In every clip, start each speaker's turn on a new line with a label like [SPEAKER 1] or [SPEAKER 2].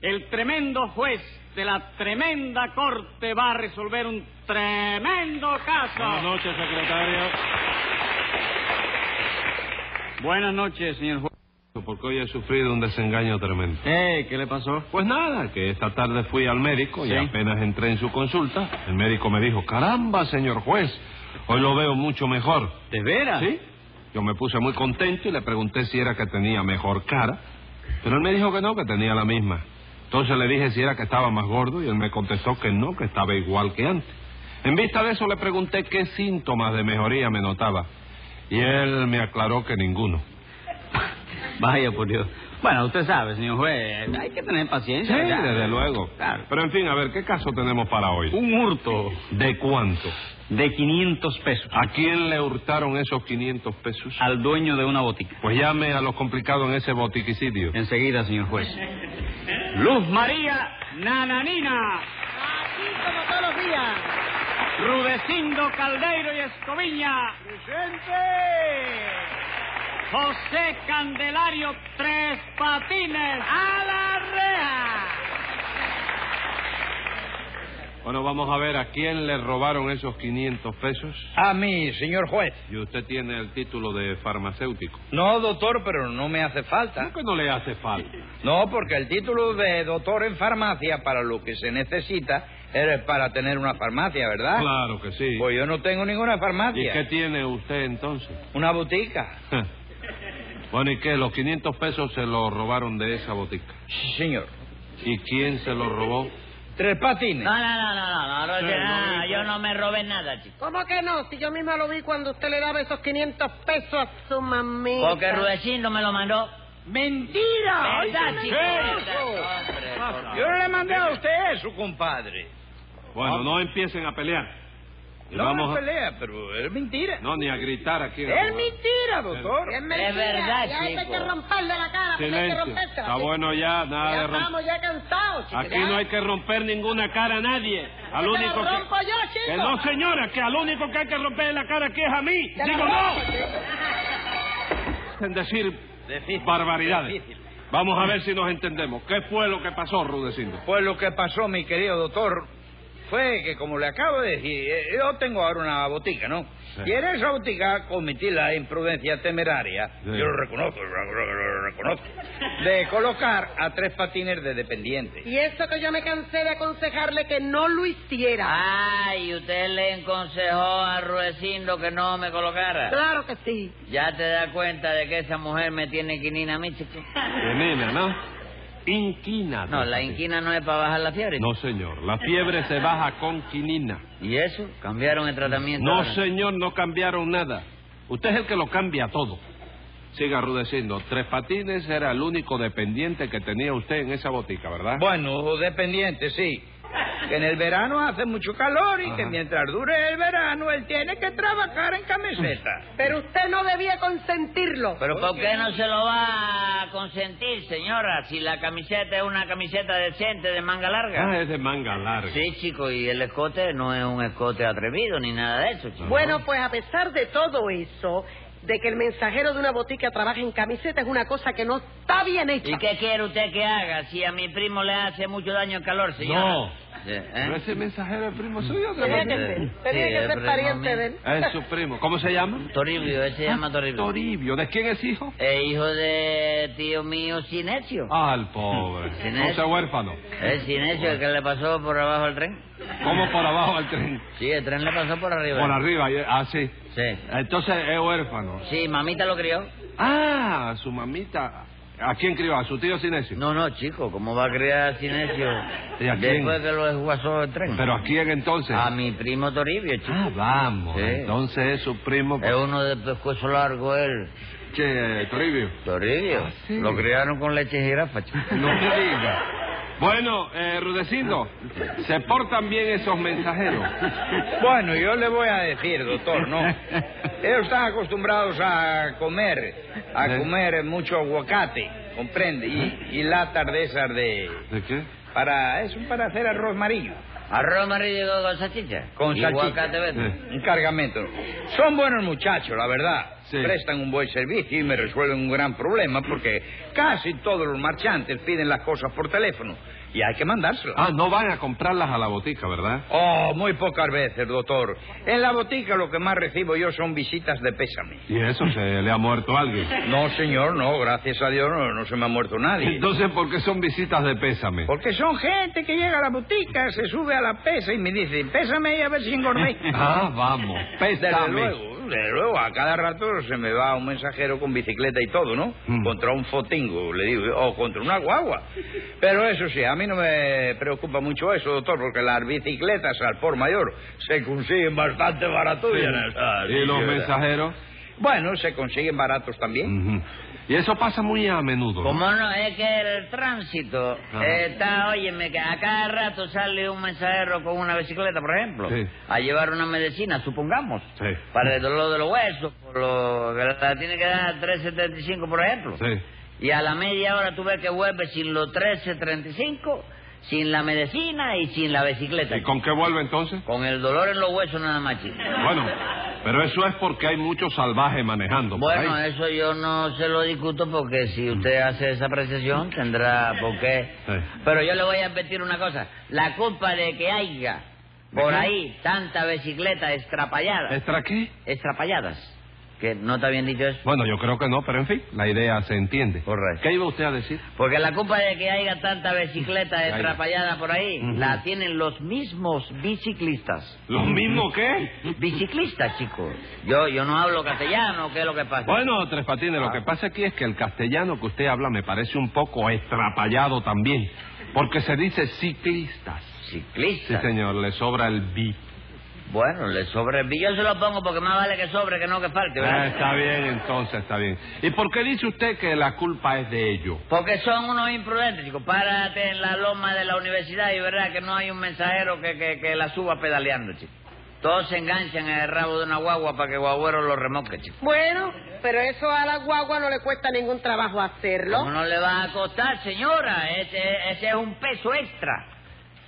[SPEAKER 1] El tremendo juez de la tremenda corte va a resolver un tremendo
[SPEAKER 2] Buenas
[SPEAKER 1] caso.
[SPEAKER 2] noches, secretario.
[SPEAKER 1] Buenas noches, señor juez.
[SPEAKER 3] Porque hoy he sufrido un desengaño tremendo.
[SPEAKER 1] Eh, ¿qué le pasó?
[SPEAKER 3] Pues nada, que esta tarde fui al médico
[SPEAKER 1] Sí.
[SPEAKER 3] y apenas entré en su consulta, el médico me dijo, caramba, señor juez, hoy lo veo mucho mejor.
[SPEAKER 1] ¿De veras?
[SPEAKER 3] ¿Sí? Yo me puse muy contento y le pregunté si era que tenía mejor cara, pero él me dijo que no, que tenía la misma. Entonces le dije si era que estaba más gordo y él me contestó que no, que estaba igual que antes. En vista de eso le pregunté qué síntomas de mejoría me notaba y él me aclaró que ninguno.
[SPEAKER 1] Vaya, por Dios. Bueno, usted sabe, señor juez, hay que tener
[SPEAKER 3] Sí,
[SPEAKER 1] paciencia. ya.
[SPEAKER 3] desde luego.
[SPEAKER 1] Claro.
[SPEAKER 3] Pero en fin, a ver, ¿qué caso tenemos para hoy?
[SPEAKER 1] Un hurto
[SPEAKER 3] ¿De cuánto?
[SPEAKER 1] de 500 pesos
[SPEAKER 3] ¿A quién le hurtaron esos 500 pesos?
[SPEAKER 1] al dueño de una botica.
[SPEAKER 3] Pues llame a los complicados en ese
[SPEAKER 1] Eh.
[SPEAKER 3] botiquicidio.
[SPEAKER 1] Enseguida, señor juez. Luz María Nananina.
[SPEAKER 4] Aquí como todos los días.
[SPEAKER 1] Rudecindo Caldeiro y Escoviña.
[SPEAKER 4] ¡Presente!
[SPEAKER 1] José Candelario Tres Patines.
[SPEAKER 4] ¡A la reja!
[SPEAKER 3] Bueno, vamos a ver, ¿a quién le robaron esos 500 pesos?
[SPEAKER 5] A mí, señor juez.
[SPEAKER 3] Y usted tiene el título de farmacéutico.
[SPEAKER 5] No, doctor, pero no me hace falta.
[SPEAKER 3] ¿Por qué no le hace falta?
[SPEAKER 5] No, porque el título de doctor en farmacia, para lo que se necesita, es para tener una farmacia, ¿verdad?
[SPEAKER 3] Claro que sí.
[SPEAKER 5] Pues yo no tengo ninguna
[SPEAKER 3] ¿Y
[SPEAKER 5] farmacia.
[SPEAKER 3] qué tiene usted entonces?
[SPEAKER 5] Una botica.
[SPEAKER 3] bueno, ¿y qué? ¿Los 500 pesos se los robaron de esa botica?
[SPEAKER 5] Sí, señor.
[SPEAKER 3] ¿Y quién se los robó?
[SPEAKER 5] Tres patines.
[SPEAKER 6] No, no, no, no, no, no, no, no, yo no me robé nada, chico.
[SPEAKER 4] ¿Cómo que no? Si yo misma lo vi cuando usted le daba esos 500 pesos a su mamita.
[SPEAKER 6] Porque Rudecindo me lo mandó. ¿Verdad,
[SPEAKER 4] ¡Mentira! Oye,
[SPEAKER 6] chico?
[SPEAKER 4] mentiroso.
[SPEAKER 6] ¿Verdad? Hombre, por-
[SPEAKER 5] Yo no le mandé a usted eso, compadre.
[SPEAKER 3] Bueno, no empiecen a pelear. Y
[SPEAKER 5] No
[SPEAKER 3] vamos
[SPEAKER 5] una
[SPEAKER 3] a-
[SPEAKER 5] pelea, pero es mentira.
[SPEAKER 3] No, ni a gritar aquí. en la
[SPEAKER 5] Es
[SPEAKER 3] jugada.
[SPEAKER 5] mentira, doctor.
[SPEAKER 4] Es mentira.
[SPEAKER 6] Es verdad,
[SPEAKER 4] ya Hay
[SPEAKER 6] chico.
[SPEAKER 4] que romperle la cara. porque Hay que
[SPEAKER 3] Silencio.
[SPEAKER 4] rompérsela.
[SPEAKER 3] Está bueno ya, nada
[SPEAKER 4] Ya
[SPEAKER 3] de romper.
[SPEAKER 4] estamos ya cansados, chico.
[SPEAKER 3] Aquí no hay que romper ninguna cara a nadie. Al único
[SPEAKER 4] que... rompo
[SPEAKER 3] que...
[SPEAKER 4] yo, chico.
[SPEAKER 3] Que no, señora, que al único que hay que romper la cara aquí es a mí.
[SPEAKER 4] Te la
[SPEAKER 3] Digo,
[SPEAKER 4] rompo,
[SPEAKER 3] no.
[SPEAKER 4] chico.
[SPEAKER 3] En decir
[SPEAKER 5] Difícil,
[SPEAKER 3] barbaridades.
[SPEAKER 5] difícil.
[SPEAKER 3] Vamos a ver si nos entendemos. ¿Qué fue lo que pasó, Rudecindo?
[SPEAKER 5] Pues lo que pasó, mi querido doctor, fue que, como le acabo de decir, eh, yo tengo ahora una botica, ¿no?
[SPEAKER 3] Sí.
[SPEAKER 5] Y en esa botica cometí la imprudencia temeraria,
[SPEAKER 3] Sí.
[SPEAKER 5] yo lo reconozco, lo, lo- lo- lo reconozco, de colocar a tres patines de dependiente.
[SPEAKER 4] Y eso que yo me cansé de aconsejarle que no lo
[SPEAKER 6] Ah.
[SPEAKER 4] hiciera.
[SPEAKER 6] Ay, usted le aconsejó a Rudecindo que no me colocara.
[SPEAKER 4] Claro que sí.
[SPEAKER 6] Ya te das cuenta de que esa mujer me tiene quinina a mí, chico.
[SPEAKER 3] Nena, ¿no? Inquina.
[SPEAKER 6] No, la inquina no es para bajar la fiebre.
[SPEAKER 3] No, señor. La fiebre se baja con quinina.
[SPEAKER 6] ¿Y eso? ¿Cambiaron el tratamiento?
[SPEAKER 3] No,
[SPEAKER 6] ahora?
[SPEAKER 3] señor, no cambiaron nada. Usted es el que lo cambia todo. Siga rudeciendo. Tres Patines era el único dependiente que tenía usted en esa botica, ¿verdad?
[SPEAKER 5] Bueno, dependiente, sí. Que en el verano hace mucho calor y que
[SPEAKER 3] Ajá.
[SPEAKER 5] mientras dure el verano él tiene que trabajar en camiseta.
[SPEAKER 4] Pero usted no debía consentirlo.
[SPEAKER 6] ¿Pero por qué no se lo va a consentir, señora? Si la camiseta es una camiseta decente de manga larga.
[SPEAKER 3] Ah, es de manga larga.
[SPEAKER 6] Sí, chico, y el escote no es un escote atrevido ni nada de eso, chico.
[SPEAKER 4] Bueno, pues a pesar de todo eso, de que el mensajero de una botica trabaje en camiseta es una cosa que no está bien hecha.
[SPEAKER 6] ¿Y qué quiere usted que haga si a mi primo le hace mucho daño el calor, señora?
[SPEAKER 3] No.
[SPEAKER 6] Sí, ¿eh?
[SPEAKER 3] ¿No ese mensajero es primo suyo? Tres
[SPEAKER 4] Tenía que
[SPEAKER 3] Patines?
[SPEAKER 4] ser,
[SPEAKER 6] Sí,
[SPEAKER 4] tenía que
[SPEAKER 6] es
[SPEAKER 4] ser
[SPEAKER 6] primo
[SPEAKER 4] pariente
[SPEAKER 6] mío.
[SPEAKER 4] de él.
[SPEAKER 3] Es su primo. ¿Cómo se llama? Ah,
[SPEAKER 6] Toribio, ese se llama Toribio.
[SPEAKER 3] Toribio. ¿De quién es hijo?
[SPEAKER 6] Eh, hijo de tío mío, Sinesio.
[SPEAKER 3] Ah, el pobre.
[SPEAKER 6] ¿Quién
[SPEAKER 3] No
[SPEAKER 6] es?
[SPEAKER 3] sea huérfano.
[SPEAKER 6] ¿Es Sinesio el que le pasó por abajo al tren?
[SPEAKER 3] ¿Cómo por abajo al tren?
[SPEAKER 6] Sí, el tren le pasó por arriba.
[SPEAKER 3] Por arriba. y- Ah, sí.
[SPEAKER 6] Sí.
[SPEAKER 3] Entonces es huérfano.
[SPEAKER 6] Sí, mamita lo crió.
[SPEAKER 3] Ah, su mamita. ¿A quién crió? ¿A su tío Sinesio?
[SPEAKER 6] No, no, chico, ¿cómo va a criar a Sinesio
[SPEAKER 3] ¿Y a quién?
[SPEAKER 6] después que lo desguazó el tren?
[SPEAKER 3] ¿Pero a quién entonces?
[SPEAKER 6] A mi primo Toribio, chico.
[SPEAKER 3] Ah, vamos.
[SPEAKER 6] Sí.
[SPEAKER 3] Entonces es su primo.
[SPEAKER 5] Eh.
[SPEAKER 6] Es uno de pescuezo largo él.
[SPEAKER 3] Che, Toribio.
[SPEAKER 6] Toribio.
[SPEAKER 3] Ah, sí.
[SPEAKER 6] Lo criaron con leche de jirafa, chico.
[SPEAKER 3] No me diga. Bueno, eh, Rudecindo, ¿se portan bien esos mensajeros?
[SPEAKER 5] Bueno, yo le voy a decir, doctor, ¿no? Ellos están acostumbrados a comer, a
[SPEAKER 3] ¿Eh?
[SPEAKER 5] comer mucho aguacate, comprende, y, y latas de esas de,
[SPEAKER 3] ¿De qué?
[SPEAKER 5] Para, es un para hacer arroz amarillo.
[SPEAKER 6] Arroz amarillo con salchicha.
[SPEAKER 5] Con
[SPEAKER 6] y
[SPEAKER 5] salchicha.
[SPEAKER 6] aguacate verde.
[SPEAKER 3] Sí.
[SPEAKER 5] Un cargamento. Son buenos muchachos, la verdad.
[SPEAKER 3] Sí.
[SPEAKER 5] Prestan un buen servicio y me resuelven un gran problema porque casi todos los marchantes piden las cosas por teléfono y hay que mandárselas.
[SPEAKER 3] Ah, no van a comprarlas a la botica, ¿verdad?
[SPEAKER 5] Oh, muy pocas veces, doctor. En la botica lo que más recibo yo son visitas de pésame.
[SPEAKER 3] Y eso, se le ha muerto alguien.
[SPEAKER 5] No, señor, no, gracias a Dios no, no se me ha muerto nadie.
[SPEAKER 3] Entonces, ¿por qué son visitas de pésame?
[SPEAKER 5] Porque son gente que llega a la botica, se sube a la pesa y me dice, pésame y a ver si engordé.
[SPEAKER 3] Ah, vamos,
[SPEAKER 5] Desde
[SPEAKER 3] pésame.
[SPEAKER 5] luego, desde luego, a cada rato se me va un mensajero con bicicleta y todo, ¿no?
[SPEAKER 3] Mm.
[SPEAKER 5] Contra un fotingo, le digo, o contra una guagua. Pero eso sí, a mí no me preocupa mucho eso, doctor, porque las bicicletas al por mayor se consiguen bastante baratos.
[SPEAKER 3] Sí. ¿Y los mensajeros?
[SPEAKER 5] Bueno, se consiguen baratos también.
[SPEAKER 3] Ujú. Y eso pasa muy a menudo. ¿no?
[SPEAKER 6] Como no, es que el tránsito
[SPEAKER 3] Ah.
[SPEAKER 6] eh, está, óyeme, que a cada rato sale un mensajero con una bicicleta, por ejemplo,
[SPEAKER 3] Sí.
[SPEAKER 6] a llevar una medicina, supongamos,
[SPEAKER 3] Sí.
[SPEAKER 6] para el dolor de los huesos, por lo que la tiene que dar 3.75, por ejemplo.
[SPEAKER 3] Sí.
[SPEAKER 6] Y a la media hora tú ves que vuelve sin los 13.35, sin la medicina y sin la bicicleta.
[SPEAKER 3] ¿Y con qué vuelve entonces?
[SPEAKER 6] Con el dolor en los huesos nada más, chico.
[SPEAKER 3] Bueno, pero eso es porque hay muchos salvajes manejando. por
[SPEAKER 6] Bueno,
[SPEAKER 3] ahí.
[SPEAKER 6] eso yo no se lo discuto porque si usted hace esa apreciación tendrá por qué.
[SPEAKER 3] Mm. Sí.
[SPEAKER 6] Pero yo le voy a advertir una cosa. La culpa de que haya
[SPEAKER 3] ¿De
[SPEAKER 6] por
[SPEAKER 3] qué?
[SPEAKER 6] ahí tanta bicicleta estrapallada,
[SPEAKER 3] ¿Extra qué?
[SPEAKER 6] estrapalladas, que no está bien dicho eso.
[SPEAKER 3] Bueno, yo creo que no, pero en fin, la idea se entiende.
[SPEAKER 6] Correcto.
[SPEAKER 3] ¿Qué iba usted a decir?
[SPEAKER 6] Porque la culpa de que haya tanta bicicleta
[SPEAKER 3] Caiga.
[SPEAKER 6] estrapallada por ahí
[SPEAKER 3] Ujú.
[SPEAKER 6] la tienen los mismos biciclistas.
[SPEAKER 3] ¿Lo mismo qué?
[SPEAKER 6] Biciclistas, chicos. Yo yo no hablo castellano, ¿qué es lo que pasa?
[SPEAKER 3] Bueno, Tres Patines, lo que pasa aquí es que el castellano que usted habla me parece un poco estrapallado también, porque se dice ciclistas. Sí,
[SPEAKER 6] Ciclistas.
[SPEAKER 3] señor, le sobra el bi.
[SPEAKER 6] Bueno, le sobre el billón se lo pongo porque más vale que sobre que no que falte,
[SPEAKER 3] Ah,
[SPEAKER 6] ¿verdad?
[SPEAKER 3] está bien, entonces, está bien. ¿Y por qué dice usted que la culpa es de ellos?
[SPEAKER 6] Porque son unos imprudentes, chicos. Párate en la loma de la universidad y verás que no hay un mensajero que, que, que la suba pedaleando, chicos. Todos se enganchan en el rabo de una guagua para que guagüero lo remolque, chicos.
[SPEAKER 4] Bueno, pero eso a la guagua no le cuesta ningún trabajo hacerlo.
[SPEAKER 6] ¿Cómo no le va a costar, señora? Ese, ese es un peso extra.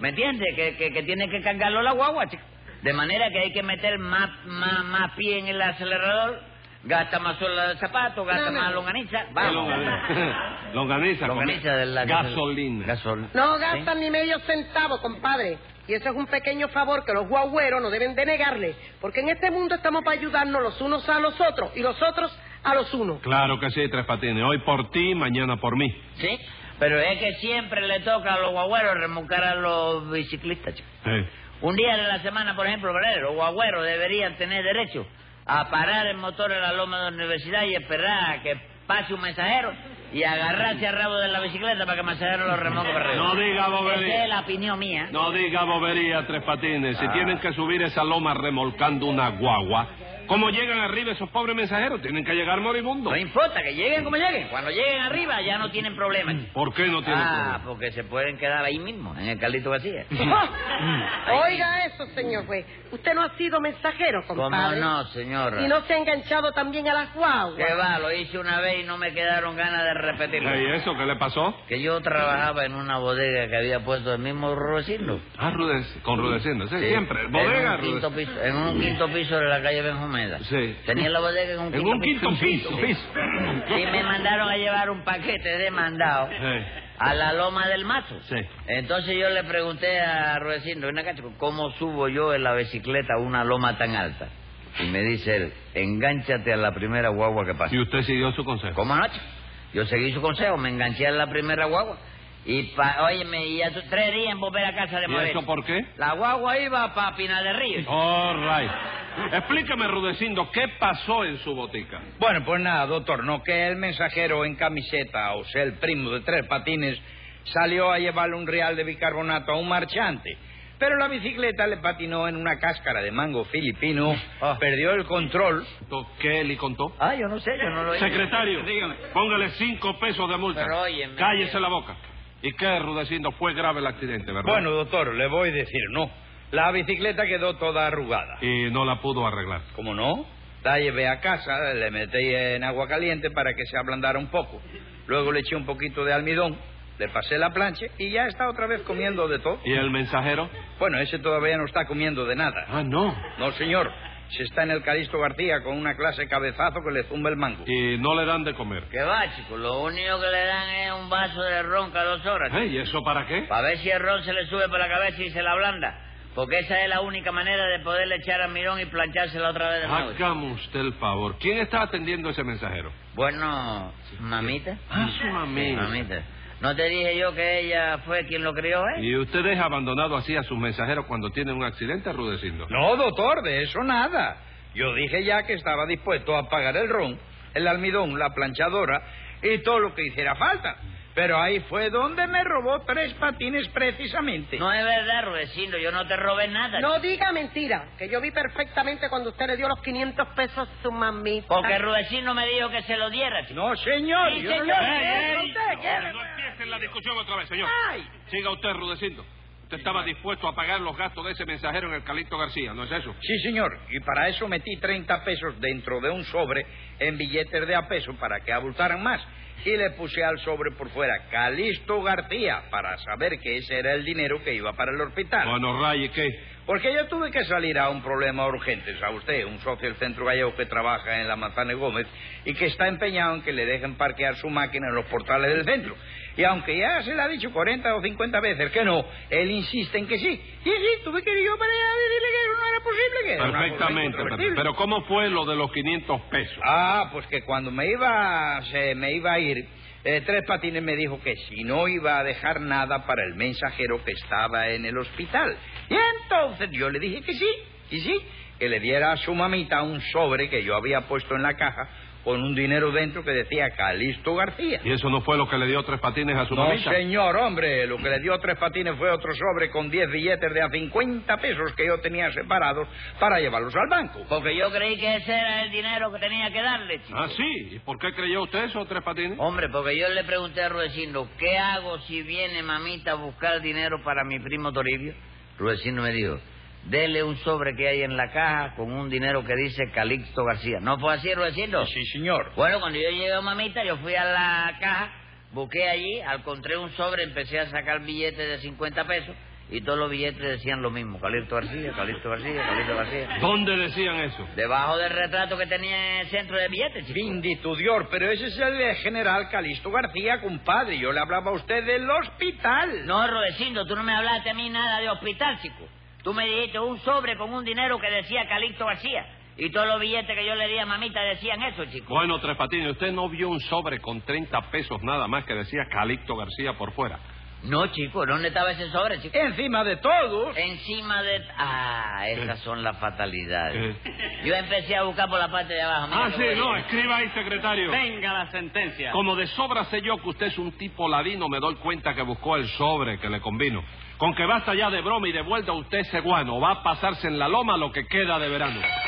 [SPEAKER 6] ¿Me entiende? Que, que, que tiene que cargarlo la guagua, chico. De manera que hay que meter más, más, más pie en el acelerador, gasta más suela de zapato, gasta
[SPEAKER 4] No, no.
[SPEAKER 6] más longaniza.
[SPEAKER 3] ¿Qué
[SPEAKER 6] Vamos.
[SPEAKER 3] longaniza? longaniza. con-
[SPEAKER 6] Longaniza de la
[SPEAKER 3] Gasolina.
[SPEAKER 6] Gasol.
[SPEAKER 4] No
[SPEAKER 6] ¿Sí?
[SPEAKER 4] gastan ni medio centavo, compadre. Y eso es un pequeño favor que los guagüeros no deben de negarle, porque en este mundo estamos para ayudarnos los unos a los otros y los otros a los unos.
[SPEAKER 3] Claro que sí, Tres Patines. Hoy por ti, mañana por mí.
[SPEAKER 6] Sí, pero es que siempre le toca a los guagüeros remolcar a los biciclistas, chico.
[SPEAKER 3] Sí.
[SPEAKER 6] Un día de la semana, por ejemplo, ¿verdad? los guagüeros deberían tener derecho a parar el motor en la loma de la universidad y esperar a que pase un mensajero y agarrarse al rabo de la bicicleta para que el mensajero lo remolque para arriba.
[SPEAKER 3] No diga bobería.
[SPEAKER 6] Esa es la opinión mía.
[SPEAKER 3] No diga bobería, Tres Patines. Si
[SPEAKER 6] Ah.
[SPEAKER 3] tienen que subir esa loma remolcando una guagua, ¿cómo llegan arriba esos pobres mensajeros? Tienen que llegar moribundos.
[SPEAKER 6] No importa, que lleguen como lleguen. Cuando lleguen arriba ya no tienen problemas.
[SPEAKER 3] ¿Por qué no tienen
[SPEAKER 6] Ah,
[SPEAKER 3] problema?
[SPEAKER 6] porque se pueden quedar ahí mismo, en el Carlito García.
[SPEAKER 4] Oiga eso, señor juez. Usted no ha sido mensajero,
[SPEAKER 6] ¿Cómo
[SPEAKER 4] compadre.
[SPEAKER 6] no, señora?
[SPEAKER 4] Y no se ha enganchado también a las guaguas.
[SPEAKER 6] Que va, lo hice una vez y no me quedaron ganas de repetirlo.
[SPEAKER 3] ¿Y eso qué le pasó?
[SPEAKER 6] Que yo trabajaba en una bodega que había puesto el mismo Rudecindo.
[SPEAKER 3] Ah, Rudec- con Rudecindo, sí,
[SPEAKER 6] Sí,
[SPEAKER 3] siempre. Bodega,
[SPEAKER 6] en un, quinto
[SPEAKER 3] Rudecindo.
[SPEAKER 6] piso, en un quinto piso de la calle Benjomeda.
[SPEAKER 3] Sí.
[SPEAKER 6] Tenía la bodega en un
[SPEAKER 3] En
[SPEAKER 6] quinto
[SPEAKER 3] un
[SPEAKER 6] piso.
[SPEAKER 3] quinto piso. piso.
[SPEAKER 6] Sí. Y me mandaron a llevar un paquete de mandado
[SPEAKER 3] Sí.
[SPEAKER 6] a la Loma del Mazo.
[SPEAKER 3] Sí.
[SPEAKER 6] Entonces yo le pregunté a Rudecindo, "Ven acá, chico, ¿cómo subo yo en la bicicleta a una loma tan alta? Y me dice él, engánchate a la primera guagua que pase.
[SPEAKER 3] Y usted siguió su consejo.
[SPEAKER 6] ¿Cómo no, chico? Yo seguí su consejo, me enganché en la primera guagua. Y, pa, óyeme, y ya tu- tres días en volver a casa de
[SPEAKER 3] ¿Y
[SPEAKER 6] Mabel.
[SPEAKER 3] eso por qué?
[SPEAKER 6] La guagua iba para Pinar del Río. chico.
[SPEAKER 3] All right. Explíqueme, Rudecindo, ¿qué pasó en su botica?
[SPEAKER 5] Bueno, pues nada, doctor, no que el mensajero en camiseta, o sea, el primo de tres patines, salió a llevarle un real de bicarbonato a un marchante. Pero la bicicleta le patinó en una cáscara de mango filipino,
[SPEAKER 6] Ah.
[SPEAKER 5] perdió el control.
[SPEAKER 3] Esto, ¿Qué le contó?
[SPEAKER 6] Ah, yo no sé, yo no lo hice.
[SPEAKER 3] Secretario, póngale cinco pesos de multa.
[SPEAKER 6] Pero óyeme.
[SPEAKER 3] Cállese la boca. ¿Y qué, Rudecindo? Fue grave el accidente, ¿verdad?
[SPEAKER 5] Bueno, doctor, le voy a decir, no. La bicicleta quedó toda arrugada.
[SPEAKER 3] Y no la pudo arreglar.
[SPEAKER 5] ¿Cómo no? La llevé a casa, le metí en agua caliente para que se ablandara un poco. Luego le eché un poquito de almidón le pasé la plancha y ya está otra vez comiendo de todo.
[SPEAKER 3] ¿Y el mensajero?
[SPEAKER 5] Bueno, ese todavía no está comiendo de nada.
[SPEAKER 3] Ah, no.
[SPEAKER 5] No, señor. Se está en el Calisto García con una clase cabezazo que le zumba el mango.
[SPEAKER 3] Y no le dan de comer.
[SPEAKER 7] Que va, chico. Lo único que le dan es un vaso de ron cada dos horas.
[SPEAKER 3] ¿Eh? ¿Y eso para qué?
[SPEAKER 7] Para ver si el ron se le sube por la cabeza y se la ablanda. Porque esa es la única manera de poderle echar a Mirón y planchársela otra vez de nuevo.
[SPEAKER 3] Hágame usted el favor. ¿Quién está atendiendo ese mensajero?
[SPEAKER 7] Bueno, mamita.
[SPEAKER 3] Ah, su mamita.
[SPEAKER 7] Sí, mamita. ¿No te dije yo que ella fue quien lo crió, eh?
[SPEAKER 3] ¿Y usted deja abandonado así a sus mensajeros cuando tienen un accidente, Rudecindo?
[SPEAKER 5] No, doctor, de eso nada. Yo dije ya que estaba dispuesto a pagar el ron, el almidón, la planchadora y todo lo que hiciera falta. Pero ahí fue donde me robó tres patines precisamente.
[SPEAKER 7] No es verdad, Rudecindo. Yo no te robé nada.
[SPEAKER 4] No diga mentira, que yo vi perfectamente cuando usted le dio los 500 pesos a su mamita.
[SPEAKER 7] Porque Rudecindo me dijo que se lo diera, chico.
[SPEAKER 5] No, señor.
[SPEAKER 7] Sí,
[SPEAKER 5] yo no le-
[SPEAKER 7] señor.
[SPEAKER 4] ¡Ey, ey!
[SPEAKER 3] No empiecen la discusión otra vez, señor.
[SPEAKER 4] ¡Ay!
[SPEAKER 3] Siga usted, Rudecindo. Usted estaba dispuesto a pagar los gastos de ese mensajero en el Calixto García, ¿no es eso?
[SPEAKER 5] Sí, señor. Y para eso metí 30 pesos dentro de un sobre en billetes de a peso para que abultaran más. Y le puse al sobre por fuera Calisto García para saber que ese era el dinero que iba para el hospital.
[SPEAKER 3] Bueno, Ray, ¿y ¿qué?
[SPEAKER 5] Porque yo tuve que salir a un problema urgente, a usted, un socio del Centro Gallego que trabaja en la Manzana Gómez y que está empeñado en que le dejen parquear su máquina en los portales del centro. Y aunque ya se le ha dicho 40 o 50 veces que no, él insiste en que sí. Y sí, tuve que ir yo para allá a decirle que eso no era posible. Que era una cosa
[SPEAKER 3] Perfectamente,
[SPEAKER 5] incontrovertible.
[SPEAKER 3] pero ¿cómo fue lo de los 500 pesos?
[SPEAKER 5] Ah, pues que cuando me iba, se me iba a ir, eh, Tres Patines me dijo que si no iba a dejar nada para el mensajero que estaba en el hospital. Y entonces yo le dije que sí, y sí, que le diera a su mamita un sobre que yo había puesto en la caja con un dinero dentro que decía Calisto García.
[SPEAKER 3] ¿Y eso no fue lo que le dio tres patines a su
[SPEAKER 5] No,
[SPEAKER 3] mamita?
[SPEAKER 5] señor, hombre, lo que le dio Tres Patines fue otro sobre con diez billetes de a 50 pesos que yo tenía separados para llevarlos al banco.
[SPEAKER 7] Porque yo creí que ese era el dinero que tenía que darle, chico.
[SPEAKER 3] Ah, sí. ¿Y por qué creyó usted eso, tres patines?
[SPEAKER 7] Hombre, porque yo le pregunté a Rudecindo, ¿qué hago si viene mamita a buscar dinero para mi primo Toribio? Rudecindo me dijo, dele un sobre que hay en la caja con un dinero que dice Calixto García. ¿No fue así, Rudecindo?
[SPEAKER 5] Sí, señor.
[SPEAKER 7] Bueno, cuando yo llegué a mamita, yo fui a la caja, busqué allí, encontré un sobre, empecé a sacar billetes de 50 pesos y todos los billetes decían lo mismo, Calixto García, Calixto García, Calixto García.
[SPEAKER 3] ¿Dónde decían eso?
[SPEAKER 7] Debajo del retrato que tenía en el centro de billetes, chico.
[SPEAKER 5] Bendito Dios, pero ese es el eh, general Calisto García, compadre. Yo le hablaba a usted del hospital.
[SPEAKER 7] No, Rodecindo, tú no me hablaste a mí nada de hospital, chico. Tú me dijiste un sobre con un dinero que decía Calixto García. Y todos los billetes que yo le di a mamita decían eso, chico.
[SPEAKER 3] Bueno, Tres Patines, usted no vio un sobre con 30 pesos nada más que decía Calixto García por fuera.
[SPEAKER 7] No, chico, ¿dónde estaba ese sobre, chico?
[SPEAKER 5] Encima de todo.
[SPEAKER 7] Encima de... Ah, esas son las fatalidades. Yo empecé a buscar por la parte de abajo. mira
[SPEAKER 3] Ah,
[SPEAKER 7] qué
[SPEAKER 3] sí,
[SPEAKER 7] bueno.
[SPEAKER 3] no, escriba ahí, secretario.
[SPEAKER 8] Venga la sentencia.
[SPEAKER 3] Como de sobra sé yo que usted es un tipo ladino, me doy cuenta que buscó el sobre que le convino. Con que basta ya de broma y de vuelta usted ese guano, va a pasarse en la loma lo que queda de verano.